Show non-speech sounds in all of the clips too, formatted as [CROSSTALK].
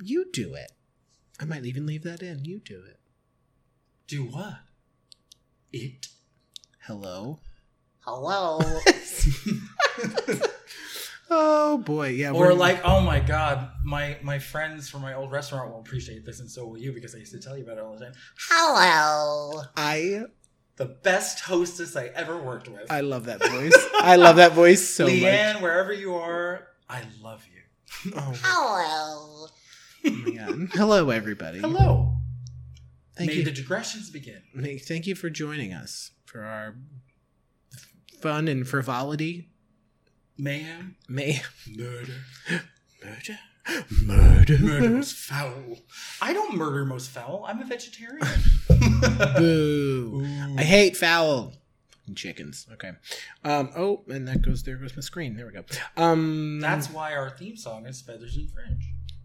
You do it. I might even leave that in. You do it. Do what? It. Hello. Hello. [LAUGHS] [LAUGHS] Oh boy, yeah. or we're- like, oh my god, my my friends from my old restaurant will appreciate this, and so will you because I used to tell you about it all the time. Hello. I The best hostess I ever worked with. I love that voice. I love that voice so Leanne, wherever you are, I love you. much. Oh Hello. my god. Hello everybody. Hello. Thank May you. the digressions begin. May- Thank you for joining us for our fun and frivolity. Mayhem. May Murder. murder, murder, Murder most foul. I don't murder most foul. I'm [LAUGHS] a vegetarian. Boo! Ooh. I hate fowl. Fucking Chickens. Okay. Um. Oh, and that goes. There goes my screen. There we go. Um. That's why our theme song is Feathers in French.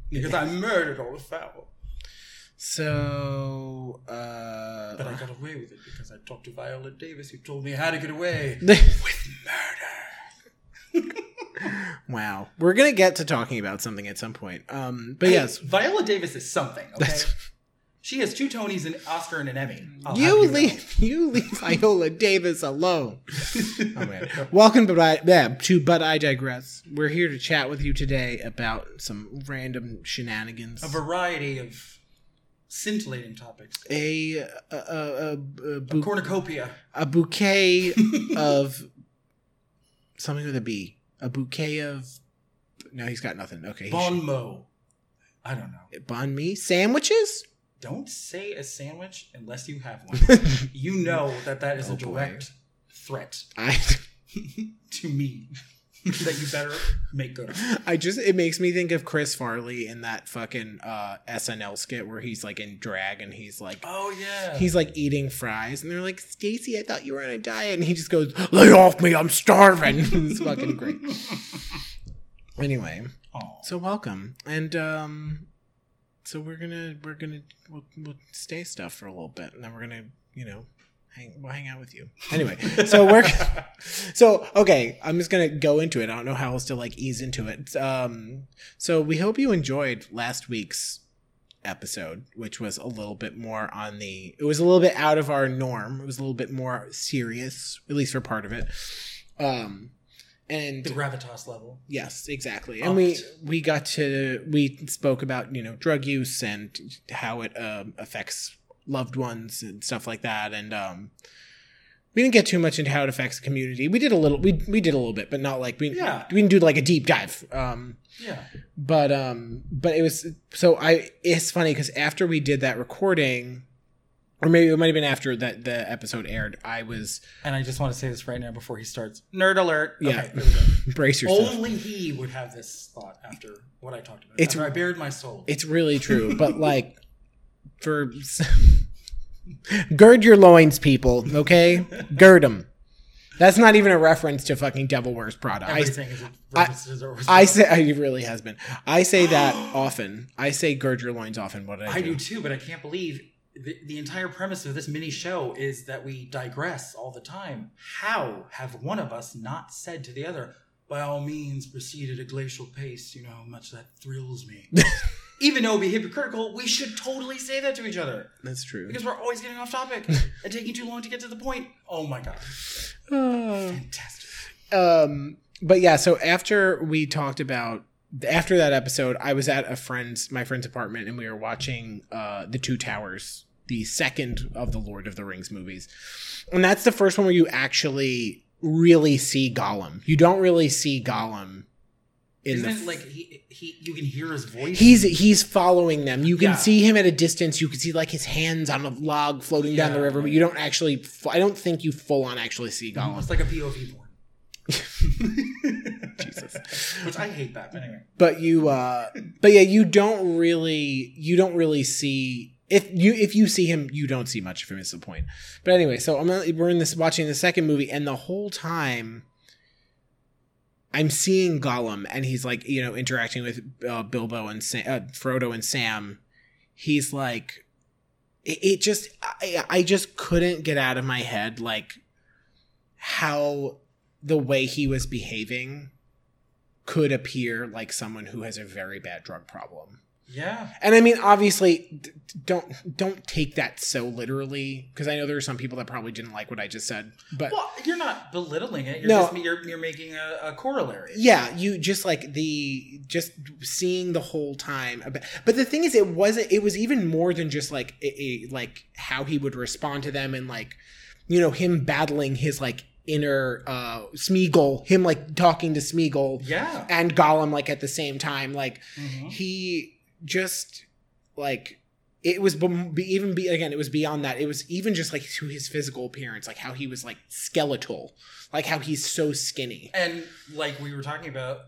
Because I murdered all the fowl. so. Uh. But I got away with it because I talked to Viola Davis, who told me how to get away with murder. [LAUGHS] wow. We're gonna get to talking about something at some point. Um. But yes. Hey, Viola Davis is something, okay? That's, She has two Tonys, an Oscar, and an Emmy. I'll have you know. leave. [LAUGHS] You leave Viola Davis alone. [LAUGHS] Oh, man. Welcome but I, yeah, to But I Digress. We're here to chat with you today about some random shenanigans. A variety of scintillating topics. a, a, a, a, A bou- cornucopia. a bouquet of [LAUGHS] something with a B. A bouquet of. No, he's got nothing. Okay. he Bon mot. I don't know. should- bon me? Sandwiches? [LAUGHS] Don't say a sandwich unless you have one. you know that that is Oh, a boy. direct threat [LAUGHS] I, to me [LAUGHS] that you better [LAUGHS] make good. on. I just. It makes me think of Chris Farley in that fucking uh, SNL skit where he's like in drag and he's like. Oh yeah. He's like eating fries, and they're like, "Stacy, I thought you were on a diet," and he just goes, "Lay off me, I'm starving." [LAUGHS] it's fucking great. Anyway, [LAUGHS] Aw. so welcome, and um, so we're gonna we're gonna we'll, we'll stay stuff for a little bit, and then we're gonna you know hang we'll hang out with you. Anyway, so we're so okay. I'm just gonna go into it. I don't know how else to like ease into it. Um, so we hope you enjoyed last week's episode, which was a little bit more on the. It was a little bit out of our norm. It was a little bit more serious, at least for part of it. Um, and the gravitas level. Yes, exactly. And we Upped. we got to we spoke about you know drug use and how it um, affects loved ones and stuff like that. And um, we didn't get too much into how it affects the community. We did a little. We we did a little bit, but not like we Yeah. we didn't do like a deep dive. Um, Yeah. but um but it was so i it's funny because after we did that recording or maybe it might have been after that the episode aired i was And I just want to say this right now before he starts. Nerd alert. yeah Okay, there we go. brace yourself Only he would have this thought after what I talked about. It's- after I buried my soul. it's really true but like for [LAUGHS] gird your loins people okay gird them that's not even a reference to fucking devil wears prada I, Everything is I- references or I say it really has been i say that often i say gird your loins often what did i, I do too, but I can't believe the, the entire premise of this mini show is that we digress all the time. How have one of us not said to the other, by all means, proceed at a glacial pace? You know how much that [LAUGHS] thrills me. Even though it'd be hypocritical, we should totally say that to each other that's [SIGHS] true because we're always getting off [LAUGHS] topic and taking too long to get to the point. Oh my God. Ah. Fantastic. um but yeah so after we talked about after that episode i was at a friend's my friend's apartment and we were watching uh the two towers the second of the lord of the rings movies and that's the first one where you actually really see gollum you don't really see gollum in Isn't the it like he, he, you can hear his voice? he's he's following them. You can Yeah. see him at a distance. You can see like his hands on a log floating down the Yeah. river, but you don't actually. fu- I don't think you full on actually see Gollum. almost like a POV porn. [LAUGHS] Jesus. Which I hate that, but anyway. but you uh but yeah you don't really you don't really see if you if you see him you don't see much of him is the point but anyway so i'm we're in this watching the second movie and the whole time i'm seeing gollum and he's like you know interacting with uh, bilbo and sam uh, frodo and sam he's like it, it just I, I just couldn't get out of my head like how the way he was behaving could appear like someone who has a very bad drug problem Yeah. And I mean, obviously, d- d- don't don't take that so literally because I know there are some people that probably didn't like what I just said. But Well, you're not belittling it. You're No. just you're, you're making a, a corollary. yeah, you just like the just seeing the whole time. About, but the thing is, it wasn't. It was even more than just like a, a- like how he would respond to them and like you know him battling his like inner uh Smeagol, him like talking to Smeagol Yeah. and Gollum like at the same time, like. Mhm. he just like it was bem- be- even be again it was beyond that it was even just like to his physical appearance like how he was like skeletal like how he's so skinny And like we were talking about,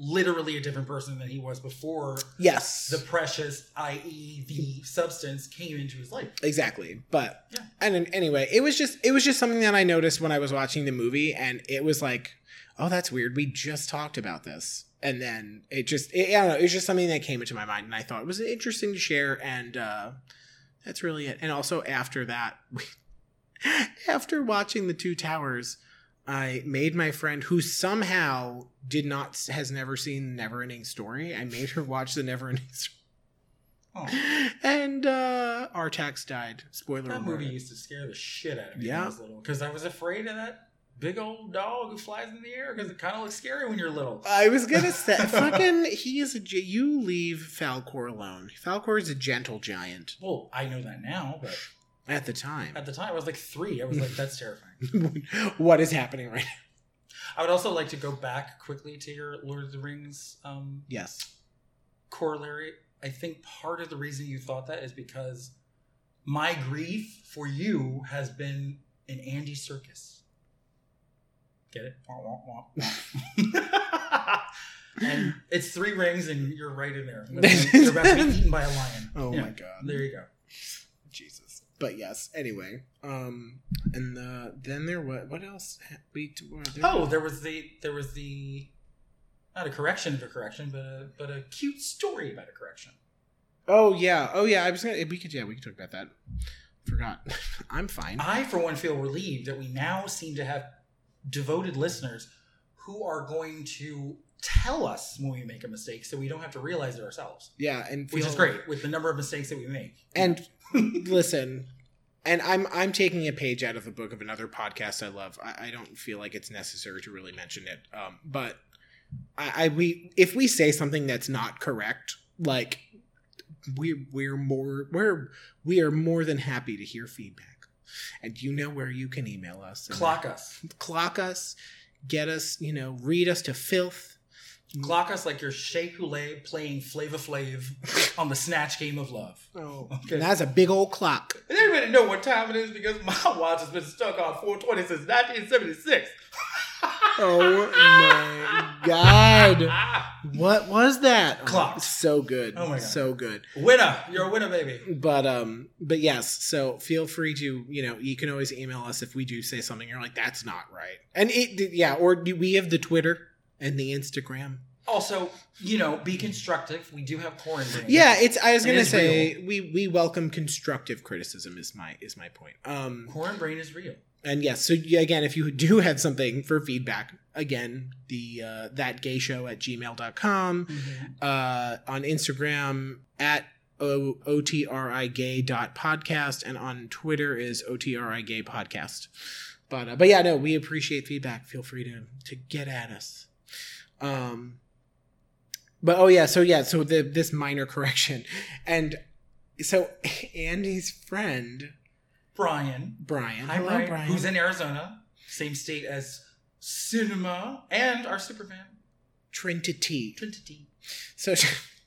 literally a different person than he was before yes the precious, i.e., the substance, came into his life. exactly but Yeah. and then- anyway it was just it was just something that i noticed when i was watching the movie and it was like oh that's weird we just talked about this and then it just it, i don't know it was just something that came into my mind and i thought it was interesting to share and uh that's really it and also after that [LAUGHS] after watching the two towers i made my friend who somehow did not has never seen never ending story i made her watch the never ending story Oh, and uh artax died spoiler that alert movie used to scare the shit out of me when Yeah. I was little because I was afraid of that big old dog who flies in the air because it kind of looks scary when you're little. I was gonna say, fucking, he is a. gi- You leave Falcor alone. Falcor is a gentle giant. Well, I know that now, but At the time, [LAUGHS] at the time I was like three. I was like, that's terrifying. what is happening right? now? I would also like to go back quickly to your Lord of the Rings um, Yes. corollary. I think part of the reason you thought that is because my grief for you has been an Andy Circus. Get it? Wah, wah, wah, wah. [LAUGHS] and it's three rings, and you're right in there. You're about to be eaten by a lion. Oh Yeah, my god. There you go. Jesus. But yes. Anyway. Um. And the, then there what? What else? ha- We. Were there, Oh, there was the there was the not a correction of a correction, but a but a cute story about a correction. Oh yeah. Oh yeah. I was gonna. We could. Yeah. We could talk about that. Forgot. [LAUGHS] I'm fine. I, for one, feel relieved that we now seem to have devoted listeners who are going to tell us when we make a mistake so we don't have to realize it ourselves, yeah. And which feel- is great with the number of mistakes that we make. And listen, and I'm I'm taking a page out of the book of another podcast I love. I, I don't feel like it's necessary to really mention it, um, but I, I we if we say something that's not correct, like we we're more we're we are more than happy to hear feedback, and you know where you can email us. clock us. clock us, get us, you know, read us to filth. Clock us like you're Shea Coulee playing Flava Flav on the Snatch Game of Love. Oh, Okay. that's a big old clock. Does anybody know what time it is? Because my [LAUGHS] watch has been stuck on 420 since [LAUGHS] 1976. Oh my god. Ah, What was that? Clock. so good. Oh my God. So good. winner. You're a winner, baby. But um but yes, so feel free to, you know, you can always email us if we do say something you're like that's not right. And it yeah, or do we have the Twitter and the Instagram. Also, you know, be constructive. We do have quarantine. Yeah, it's I was It going to is say we we welcome constructive criticism is my is my point. Um Corn brain is real. and yes, so yeah, again, if you do have something for feedback, again, the uh that gay show at gmail.com. uh, on Instagram at o o t r i gay dot podcast, and on Twitter is o t r i gay podcast. But uh, but yeah, no, we appreciate feedback. Feel free to to get at us. Um, but oh yeah, so yeah, so the this minor correction, and so [LAUGHS] Andy's friend Brian. Brian, Hi, hello, Brian, Who's in Arizona, same state as Cinema and our Superman, Trinity. Trinity. So,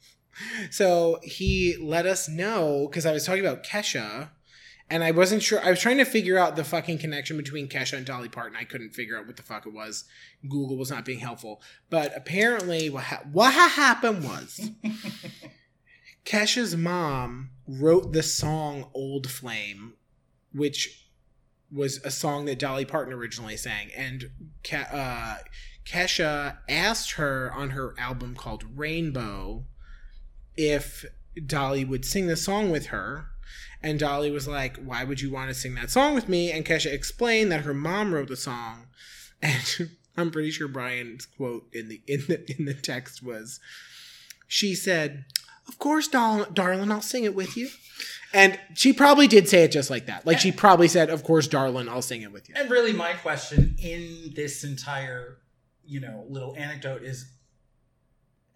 [LAUGHS] so he let us know because I was talking about Kesha, and I wasn't sure. I was trying to figure out the fucking connection between Kesha and Dolly Parton. I couldn't figure out what the fuck it was. Google was not being helpful. But apparently, what ha- what ha- happened was Kesha's mom wrote the song "Old Flame," which was a song that Dolly Parton originally sang, and Ke- uh, Kesha asked her on her album called Rainbow if Dolly would sing the song with her. And Dolly was like, Why would you want to sing that song with me? And Kesha explained that her mom wrote the song. [LAUGHS] And I'm pretty sure Brian's quote in the in the in the text was she said, of course, darling, darling, I'll sing it with you. And she probably did say it just like that. Like she probably said, of course, darling, I'll sing it with you. And really, my question in this entire, you know, little anecdote is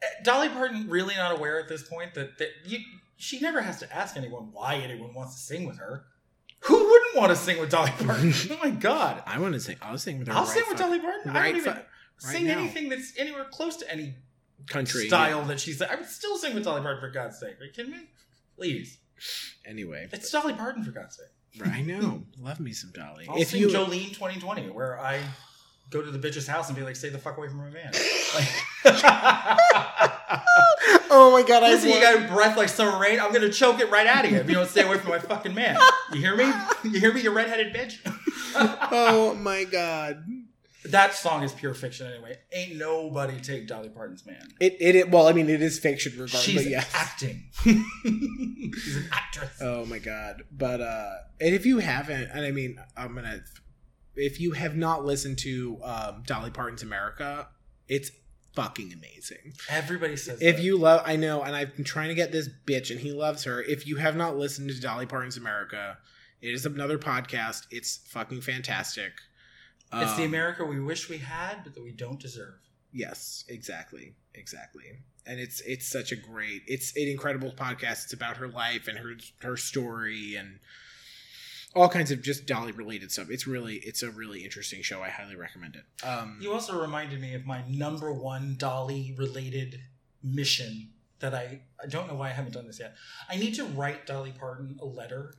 eh, Dolly Parton really not aware at this point that, that you, she never has to ask anyone why anyone wants to sing with her. Who wouldn't want to sing with Dolly Parton? oh my God. I want to sing. I'll sing with her. I'll right sing with fuck- Dolly Parton. I right don't even fuck- right sing now. anything that's anywhere close to any country style that she's. I would still sing with Dolly Parton for God's sake. Are you kidding me? Please, Anyway, it's Dolly Parton for God's sake. I know. Love me some Dolly. I'll if sing you Jolene 2020, where I go to the bitch's house and be like, "Stay the fuck away from [LAUGHS] my man." Like, oh my god, [LAUGHS] listen, you want- got a breath like summer rain. I'm gonna choke it right out of you if you don't stay away from my fucking man. You hear me? You hear me? You redheaded bitch. [LAUGHS] Oh my god. that song is pure fiction anyway. Ain't nobody take Dolly Parton's man. It, it it well, I mean, it is fiction regardless. She's yes. [LAUGHS] acting. She's an actress. Oh my god. But uh and if you haven't and I mean I'm gonna if you have not listened to um Dolly Parton's America, it's fucking amazing. Everybody says If that. you love I know, and I've been trying to get this bitch and he loves her. If you have not listened to Dolly Parton's America, it is another podcast. It's fucking fantastic. it's the Um, America we wish we had, but that we don't deserve. Yes, exactly, exactly. And it's it's such a great, it's an incredible podcast. It's about her life and her her story and all kinds of just Dolly related stuff. It's really it's a really interesting show. I highly recommend it. Um, You also reminded me of my number one Dolly related mission that I I don't know why I haven't done this yet. I need to write Dolly Parton a letter.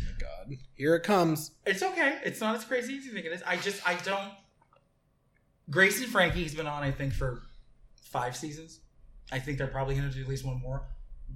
oh my god, here it comes. It's okay. It's not as crazy as you think it is. I just I don't. Grace and Frankie has been on I think for five seasons. I think they're probably going to do at least one more.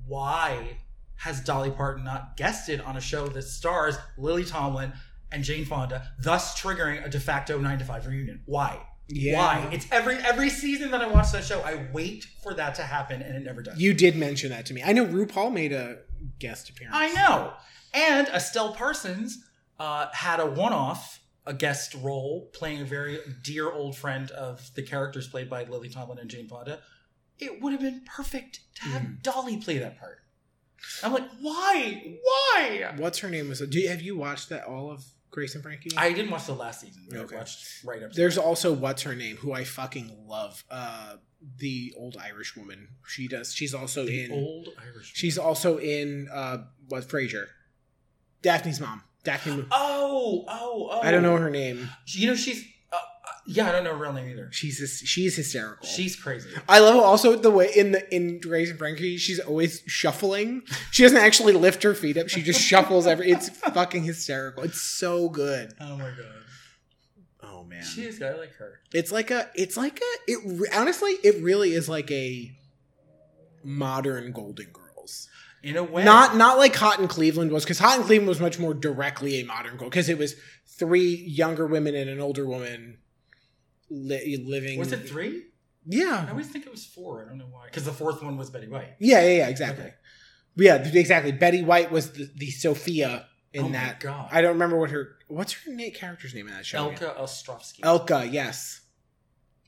Why has Dolly Parton not guested on a show that stars Lily Tomlin and Jane Fonda, thus triggering a de facto nine to five reunion? Why? Why? It's every every season that I watch that show, I wait for that to happen, and it never does. you did mention that to me. I know RuPaul made a guest appearance. I know. And Estelle Parsons uh, had a one-off, a guest role playing a very dear old friend of the characters played by Lily Tomlin and Jane Fonda. It would have been perfect to have Mhm. Dolly play that part. I'm like, why? Why? What's her name? Was do you, have you watched that all of Grace and Frankie? I didn't watch the last season. but Okay. I watched right up. to There's also what's her name, who I fucking love. Uh, the old Irish woman. She does. She's also the in. old Irish. she's also in. Uh, what Frasier? Daphne's mom. Daphne. Mo- oh, oh, oh. I don't know her name. You know she's. Uh, uh, yeah, I don't know her real name either. She's hys- she's hysterical. She's [LAUGHS] crazy. I love also the way in the in Grace and Frankie, she's always shuffling. She doesn't actually lift her feet up. She just shuffles every. It's fucking hysterical. It's so good. Oh my god, Oh man. she is. I like her. It's like a, it's like a, it re- honestly, it really is like a modern Golden Girls. In a way, Not, not like Hot in Cleveland was, because Hot in Cleveland was much more directly a modern girl, because it was three younger women and an older woman li- living. Was it three? I Yeah. always think it was four. I don't know why. Because the fourth one was Betty White. Yeah, yeah, yeah, exactly. Okay. Yeah, th- exactly. Betty White was the, the Sophia in oh that. my god. I don't remember what her, what's her na- character's name in that show? again? Elka Ostrovsky. Elka, yes.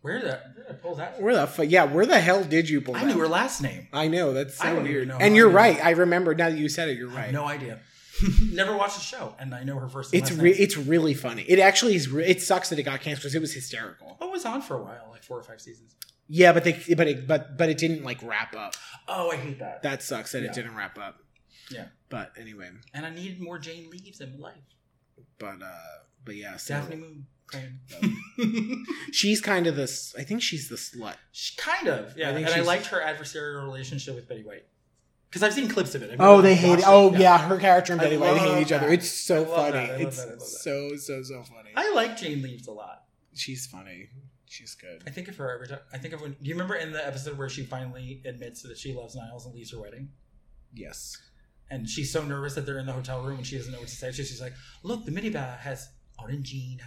where did that? Where did I pull that? From? Where the fuck, yeah, where the hell did you pull I that knew her last name. I know that's so I don't even weird. know how and I you're knew right. that. I remember now that you said it. You're I have right. [LAUGHS] no idea. Never watched the show, and I know her first. And it's last re- name. it's really funny. It actually is. Re- it sucks that it got canceled because it was hysterical. Oh, it was on for a while, like four or five seasons. Yeah, but they but it but but it didn't like wrap up. Oh, I hate that. That sucks that Yeah. it didn't wrap up. Yeah. But anyway, And I needed more Jane Leaves in my life. but uh, but yeah. So Daphne Moon [LAUGHS] Crane. she's kind of the. s- I think she's the slut. She- kind of, yeah. I think and I she's- liked her adversarial relationship with Betty White because I've seen clips of it. I've Oh, they watched hate. it, Oh yeah. her character and I Betty White hate love each other. that. It's I so love that. funny. I love It's that. I love that. so so so funny. I like Jane Leaves a lot. she's funny. She's good. I think of her every time. I think of when. Do you remember in the episode where she finally admits that she loves Niles and leaves her wedding? Yes. And she's so nervous that they're in the hotel room and she doesn't know what to say. She's just like, "Look, the minibar has orangina."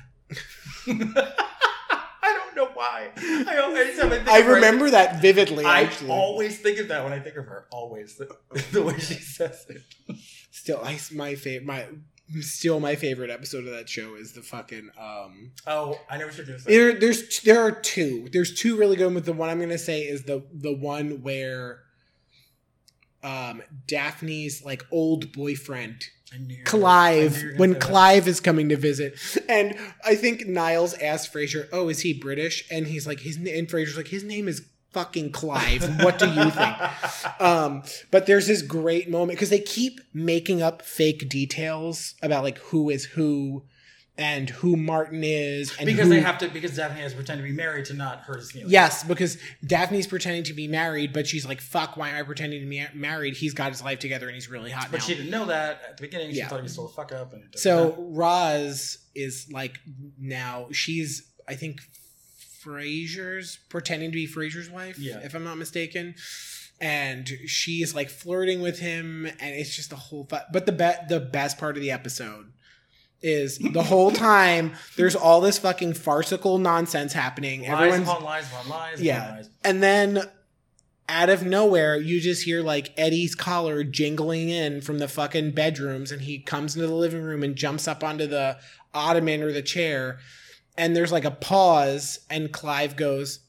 [LAUGHS] I don't know why. I, always, anytime I, think I of her, remember that vividly. I, actually. always think of that when I think of her. Always the, [LAUGHS] the way she says it. Still, I my favorite, my still my favorite episode of that show is the fucking. um Oh, I know what you're doing. There, there's there are two. There's two really good ones. The one I'm gonna say is the the one where um, Daphne's like old boyfriend I knew- I knew you were Clive gonna when say that. Clive is coming to visit, and I think Niles asked Fraser, "Oh, is he British?" And he's like, "His na- and Fraser's like, his name is fucking Clive. What do you [LAUGHS] think?" um, but there's this great moment because they keep making up fake details about like who is who and who Martin is, and because who- they have to because Daphne has to pretend to be married to not hurt his feelings. Yes, because Daphne's pretending to be married, but she's like, "Fuck, why am I pretending to be ma- married? He's got his life together and he's really hot But now." she didn't know that at the beginning. She Yeah. thought he was still a fuck up. And it doesn't So matter. Roz is like now she's I think Frasier's pretending to be Frasier's wife, Yeah. if I'm not mistaken. And she's like flirting with him, and it's just the whole. Fu- but the bet the best part of the episode is the whole time there's all this fucking farcical nonsense happening. lies Everyone's upon lies upon lies. Yeah. Upon lies. and then out of nowhere, you just hear like Eddie's collar jingling in from the fucking bedrooms, and he comes into the living room and jumps up onto the ottoman or the chair. And there's like a pause, and Clive goes,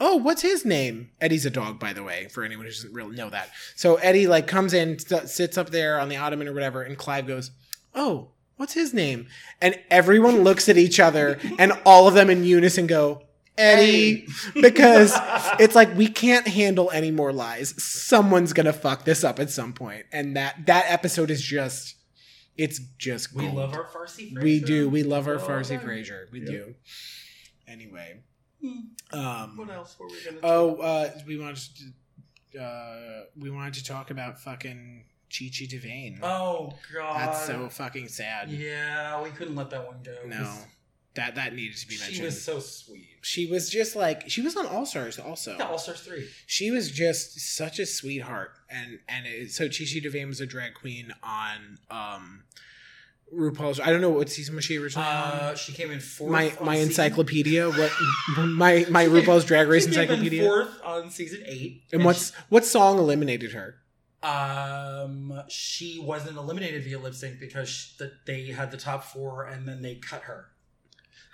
Oh, what's his name? Eddie's a dog, by the way, for anyone who doesn't really know that. So Eddie like comes in, st- sits up there on the ottoman or whatever, and Clive goes, Oh, what's his name? And everyone looks at each other, and all of them in unison go, Eddie [LAUGHS] [LAUGHS] because it's like we can't handle any more lies. Someone's gonna fuck this up at some point, and that that episode is just it's just we gold. love our Farsi. we Frasier. do we love our Oh, Farsi okay. Fraser we Yeah. do. Anyway, Hmm. What um, else were we gonna? oh uh, we wanted to, uh, we wanted to talk about fucking Chichi Devane. Oh god. That's so fucking sad. Yeah, we couldn't let that one go. 'cause No, that that needed to be mentioned. She was so sweet. she was just like she was on All Stars also. Yeah, All Stars three. she was just such a sweetheart and and it, so Chichi Devane was a drag queen on um RuPaul's I don't know what season was she originally Uh, she came in on fourth. my on my season- encyclopedia what my my RuPaul's Drag [LAUGHS] Race she came in encyclopedia fourth on season eight. and what's what song eliminated her she, um she wasn't eliminated via lip sync because sh that they had the top four and then they cut her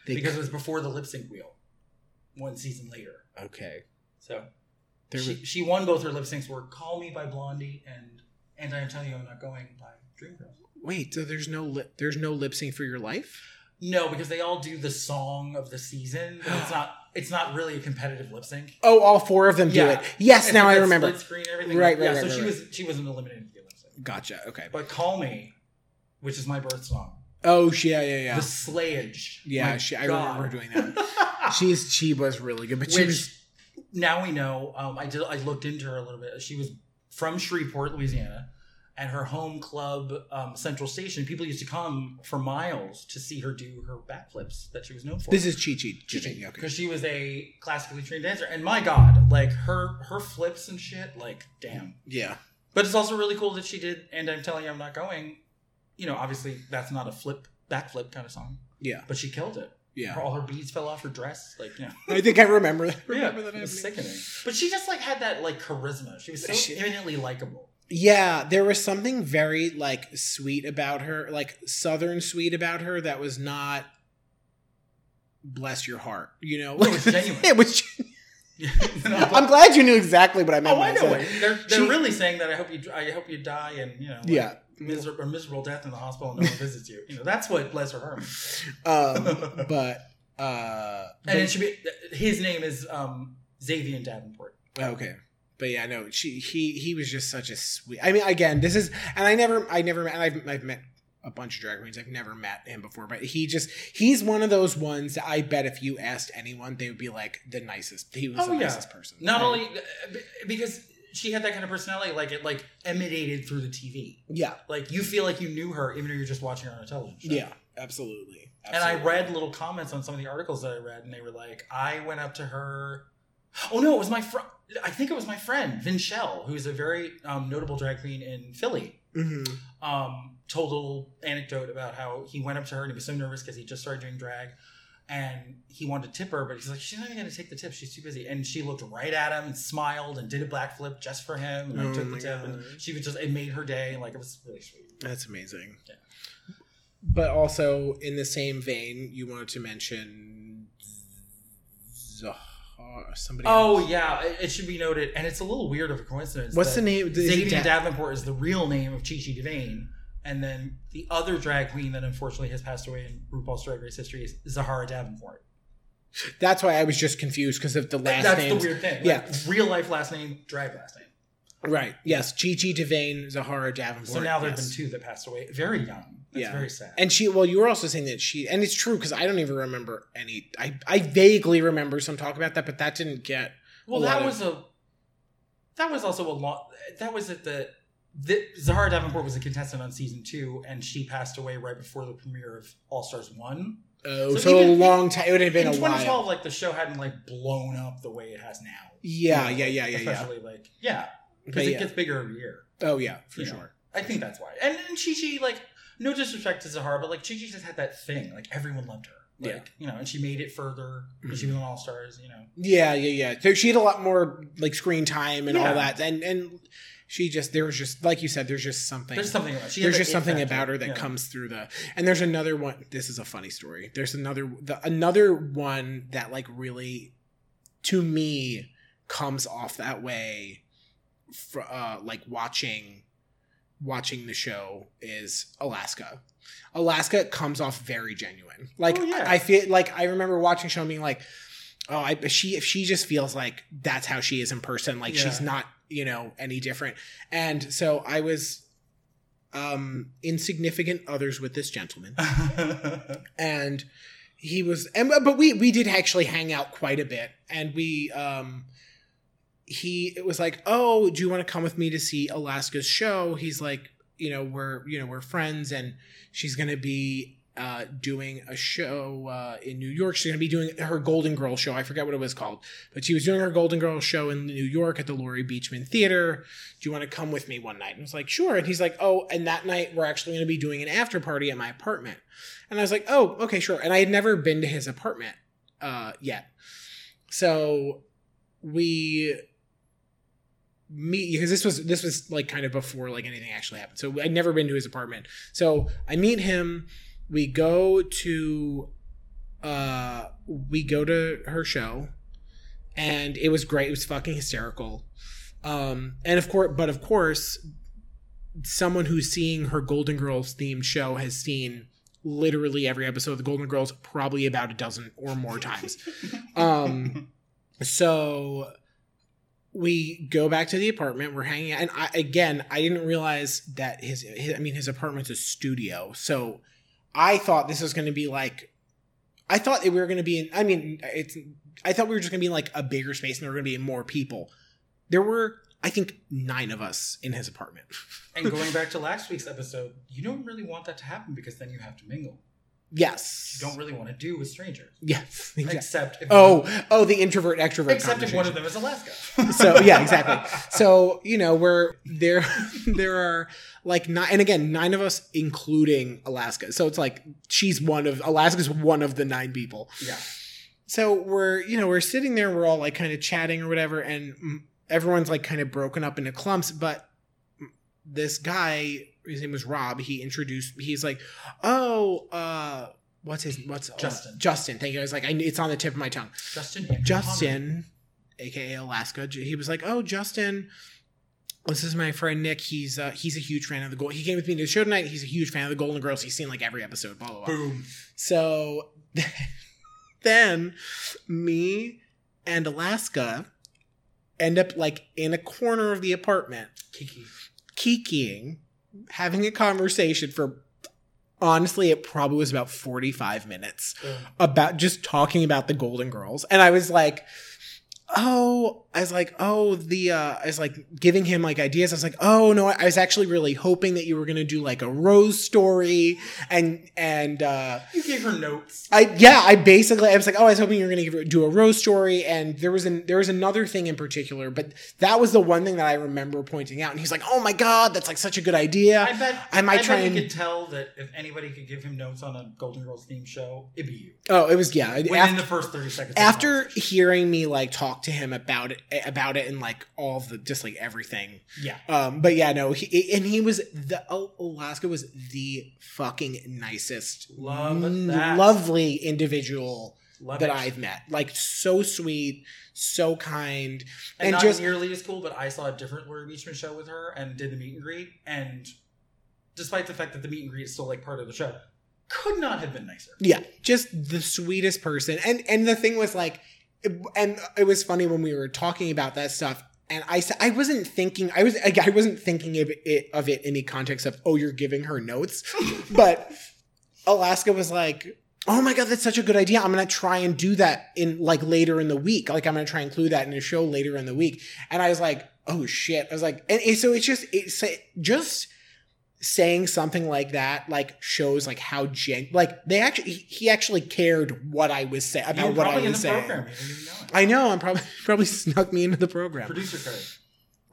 they because it was before the lip sync wheel, one season later. okay So there she, was, she won both her lip syncs were "Call Me" by Blondie and "And I Am Telling You I'm Not Going" by Dreamgirls. wait so there's no lip there's no lip sync for your life No, because they all do the song of the season. But it's not. It's not really a competitive lip sync. oh all four of them do it Yeah. yes It's now like I that remember Split screen, everything. Right, Yeah, right, so right, she right, was. She wasn't eliminated via lip sync. gotcha okay But "Call Me," which is my birth song, oh she- yeah yeah yeah the Slayage. yeah My she, I God. remember doing that [LAUGHS] she's she was really good but she which was now we know. Um, I did. I looked into her a little bit. She was from Shreveport, Louisiana, and her home club, um, Central Station. People used to come for miles to see her do her backflips that she was known for. This is Chi Chi. because Okay. she was a classically trained dancer, and my God, like her her flips and shit, like damn. Yeah. But it's also really cool that she did. And I'm telling you, I'm not going. You know, obviously that's not a flip backflip kind of song, Yeah. but she killed it. Yeah. All her beads fell off her dress, like you know. [LAUGHS] I think I remember that. Yeah, Remember that it was happening. sickening. But she just like had that like charisma. She was so She- eminently likable. [LAUGHS] Yeah, there was something very like sweet about her, like southern sweet about her that was not bless your heart, you know? No, it was genuine. [LAUGHS] It was [LAUGHS] I'm oh, glad you knew exactly what I meant. when I know said it. They're, they're She- really saying that I hope you I hope you die and you know like, Yeah. miser- a miserable death in the hospital and no one visits you. You know that's what bless her heart. means. Um but uh [LAUGHS] And it but- should be his name is um Xavier Davenport. Okay. But yeah, no, she he he was just such a sweet. I mean, again, this is and I never I never met and I've I've met a bunch of drag queens. I've never met him before, but he just he's one of those ones that I bet if you asked anyone, they would be like the nicest. He was Oh, the yeah. nicest person. Not Right? only uh, because she had that kind of personality, like it like emanated through the TV. yeah, Like you feel like you knew her even though you're just watching her on a television. show. yeah, absolutely. And I absolutely. read little comments on some of the articles that I read, and they were like, I went up to her. Oh no, it was my friend. I think it was my friend Vinchelle, who's a very um, notable drag queen in Philly. Mhm. Um, told a little anecdote about how he went up to her and he was so nervous because he just started doing drag, and he wanted to tip her, but he's like, she's not even going to take the tip. She's too busy. And she looked right at him and smiled and did a black flip just for him and like, Oh took the my tip. And God. she was just it made her day. Like it was really sweet. That's amazing. Yeah. But also in the same vein, you wanted to mention Zahara. or somebody. Oh else. yeah, it, it should be noted, and it's a little weird of a coincidence. what's the that name? Is it Zadie Da- Davenport is the real name of Chi Chi Devane, and then the other drag queen that unfortunately has passed away in RuPaul's Drag Race history is Zahara Davenport. That's why I was just confused because of the last That's names. the weird thing. Yeah. Like, real life last name, drag last name. Right. Yes. Gigi Devane, Zahara Davenport. So now there have yes. been two that passed away very young. That's Yeah. very sad. And she, well, you were also saying that she, and it's true because I don't even remember any. I, I vaguely remember some talk about that, but that didn't get. well, a lot that of- was a that was also a lot. That was at the, the Zahara Davenport was a contestant on season two, and she passed away right before the premiere of All Stars One. Oh, so, So a even- long time. It would have been in a while. 2012, like the show hadn't like blown up the way it has now. Yeah, You yeah, know, yeah, yeah, yeah. Especially like yeah, But because it yeah. gets bigger every year. Oh, yeah, for you know. sure. I think that's why. And, and Chi Chi, like, no disrespect to Zahara, but like Chi Chi just had that thing. Like everyone loved her. Like, Yeah. you know, and she made it further. And she was on All Stars, you know. Yeah, yeah, yeah. So she had a lot more like screen time and all Yeah. that, and and she just there was just like you said, there's just something. There's something about she had there's that just it something factor. about her that Yeah. comes through the and there's another one this is a funny story there's another the, another one that like really to me comes off that way fr uh, like watching watching the show is alaska alaska comes off very genuine like Oh, yeah. i feel like i remember watching the show and being like oh I, she if she just feels like that's how she is in person like she's Yeah. not you know any different and so i was um insignificant others with this gentleman and he was and but we we did actually hang out quite a bit and we um he it was like oh do you want to come with me to see alaska's show he's like you know we're you know we're friends and she's gonna be uh, doing a show uh, in New York. She's going to be doing her Golden Girl show. I forget what it was called, but she was doing her Golden Girl show in New York at the Laurie Beachman Theater. Do you want to come with me one night? And I was like, sure. And he's like, oh, and that night we're actually going to be doing an after party at my apartment. And I was like, oh, okay, sure. And I had never been to his apartment uh, yet. So we meet because this was this was like kind of before like anything actually happened. So I'd never been to his apartment. So I meet him. We go to uh we go to her show and it was great. It was fucking hysterical. Um and of course but of course someone who's seeing her Golden Girls themed show has seen literally every episode of the Golden Girls probably about a dozen or more [LAUGHS] times. Um, so we go back to the apartment. We're hanging out, and I, again, I didn't realize that his, his. I mean, his apartment's a studio, so I thought this was going to be like. I thought that we were going to be in. I mean, it's. I thought we were just going to be in like a bigger space, and there were going to be more people. There were, I think, nine of us in his apartment. and going back to last week's episode, you don't really want that to happen because then you have to mingle. Yes. You don't really want to do with strangers. Yes. [LAUGHS] Exactly. Except if Oh, oh, the introvert extrovert. except if conversation. one of them is Alaska. So, yeah, exactly. so you know we're there [LAUGHS] there are like nine and again nine of us including alaska so it's like she's one of alaska's one of the nine people [LAUGHS] yeah. so we're you know we're sitting there we're all like kind of chatting or whatever and mm, everyone's like kind of broken up into clumps but mm, this guy his name was rob he introduced he's like oh uh what's his what's oh, Justin. justin thank you i was like I, it's on the tip of my tongue Justin. Justin, aka Alaska, J- he was like, "Oh, Justin, this is my friend Nick. He's uh, he's a huge fan of the Gold. He came with me to the show tonight. He's a huge fan of the Golden Girls. He's seen like every episode. Blah blah blah." Boom. So [LAUGHS] then, me and Alaska end up like in a corner of the apartment, Kiki. kikiing, having a conversation for honestly, it probably was about forty five minutes Boom. about just talking about the Golden Girls, and I was like, oh, I was like, oh, the, uh, I was like giving him like ideas. I was like, oh no, I was actually really hoping that you were gonna do like a Rose story, and and uh, You gave her notes. I yeah, I basically I was like, oh, I was hoping you were gonna give, do a Rose story, and there was an there was another thing in particular, but that was the one thing that I remember pointing out, and he's like, oh my god, that's like such a good idea. I bet I might I try bet and- you could tell that if anybody could give him notes on a Golden Girls themed show, it'd be you. oh, it was yeah. Within after- the first thirty seconds. of the after conversation. hearing me like talk to him about it eh, about it and like all the just like everything yeah, um but yeah no he and he was the Al- alaska was the fucking nicest Love n- that. lovely individual Love that it. I've met. Like so sweet, so kind. and, and not just- nearly as cool, but I saw a different Laurie Beachman show with her and did the meet and greet. And despite the fact that the meet and greet is still like part of the show, could not have been nicer. Yeah, just the sweetest person. And and the thing was like it- and it was funny when we were talking about that stuff and I s- I wasn't thinking I was like, I wasn't thinking of it of it in the context of oh you're giving her [LAUGHS] notes, but Alaska was like Oh my god, that's such a good idea. I'm gonna try and do that in like later in the week. Like I'm gonna try and include that in a show later in the week. And I was like, oh shit. I was like, and, and so it's just it's just saying something like that like shows like how gen like they actually he- he actually cared what I was saying You were about what I probably in was the saying. program. You didn't even know it. I know I'm probably [LAUGHS] probably snuck me into the program. Producer credit.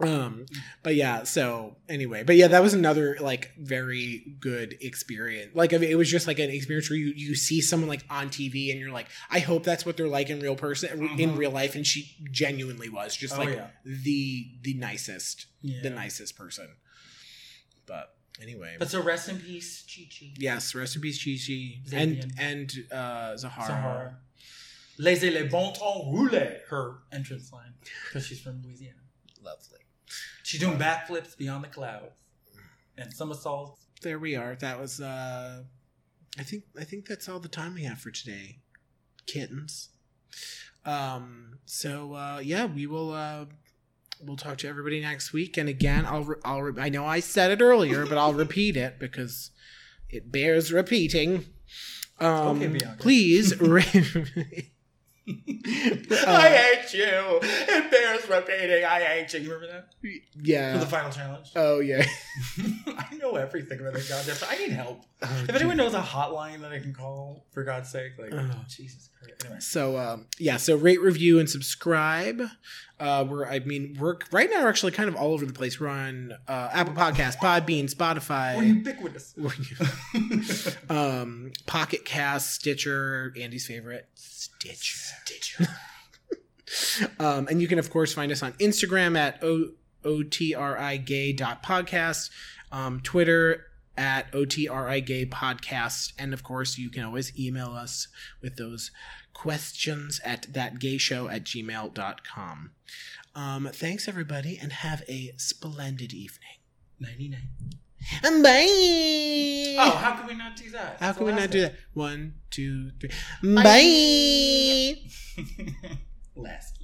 Um, but yeah. So anyway, but yeah, that was another like very good experience. Like I mean, it was just like an experience where you you see someone like on TV and you're like, I hope that's what they're like in real person in Mhm. real life. And she genuinely was just oh, like yeah. the the nicest, yeah. the nicest person. But anyway, But so rest in peace, Chi Chi. yes, rest in peace, Gigi and Xavier. and uh, Zahara. Sahara. Laissez les bon temps rouler, her entrance line, because she's from Louisiana. Lovely. She's doing backflips beyond the clouds and somersaults. There we are. That was. uh I think I think that's all the time we have for today, kittens. Um. So uh, yeah, we will. uh We'll talk to everybody next week. And again, I'll. Re- I'll. Re- I know I said it earlier, but I'll repeat it because it bears repeating. Um, Okay, Bianca. Please. [LAUGHS] ra- [LAUGHS] I hate you. It bears repeating. I hate you. You remember that? For the yeah. final challenge. Oh yeah. [LAUGHS] I know everything about that goddamn. I need help. Oh, If anyone knows a hotline that I can call, for God's sake, like Oh. Jesus Christ. Anyway, So um, yeah, so rate, review, and subscribe. Uh, we're I mean we're right now we're actually kind of all over the place. We're on uh, Apple Podcasts, Podbean, we're Spotify, ubiquitous. [LAUGHS] um, Pocket Cast, Stitcher, Andy's favorite Stitcher. Stitcher. [LAUGHS] Um, and you can of course find us on Instagram at o o t r i gay dot podcast, um, Twitter at o t r i gay podcast, and of course you can always email us with those questions at thatgayshow at gmail.com. Um, thanks everybody and have a splendid evening. 99. And bye. Oh, how can we not do that? How That's can we not do that? One, two, three. Bye. [LAUGHS] Alaska. Last.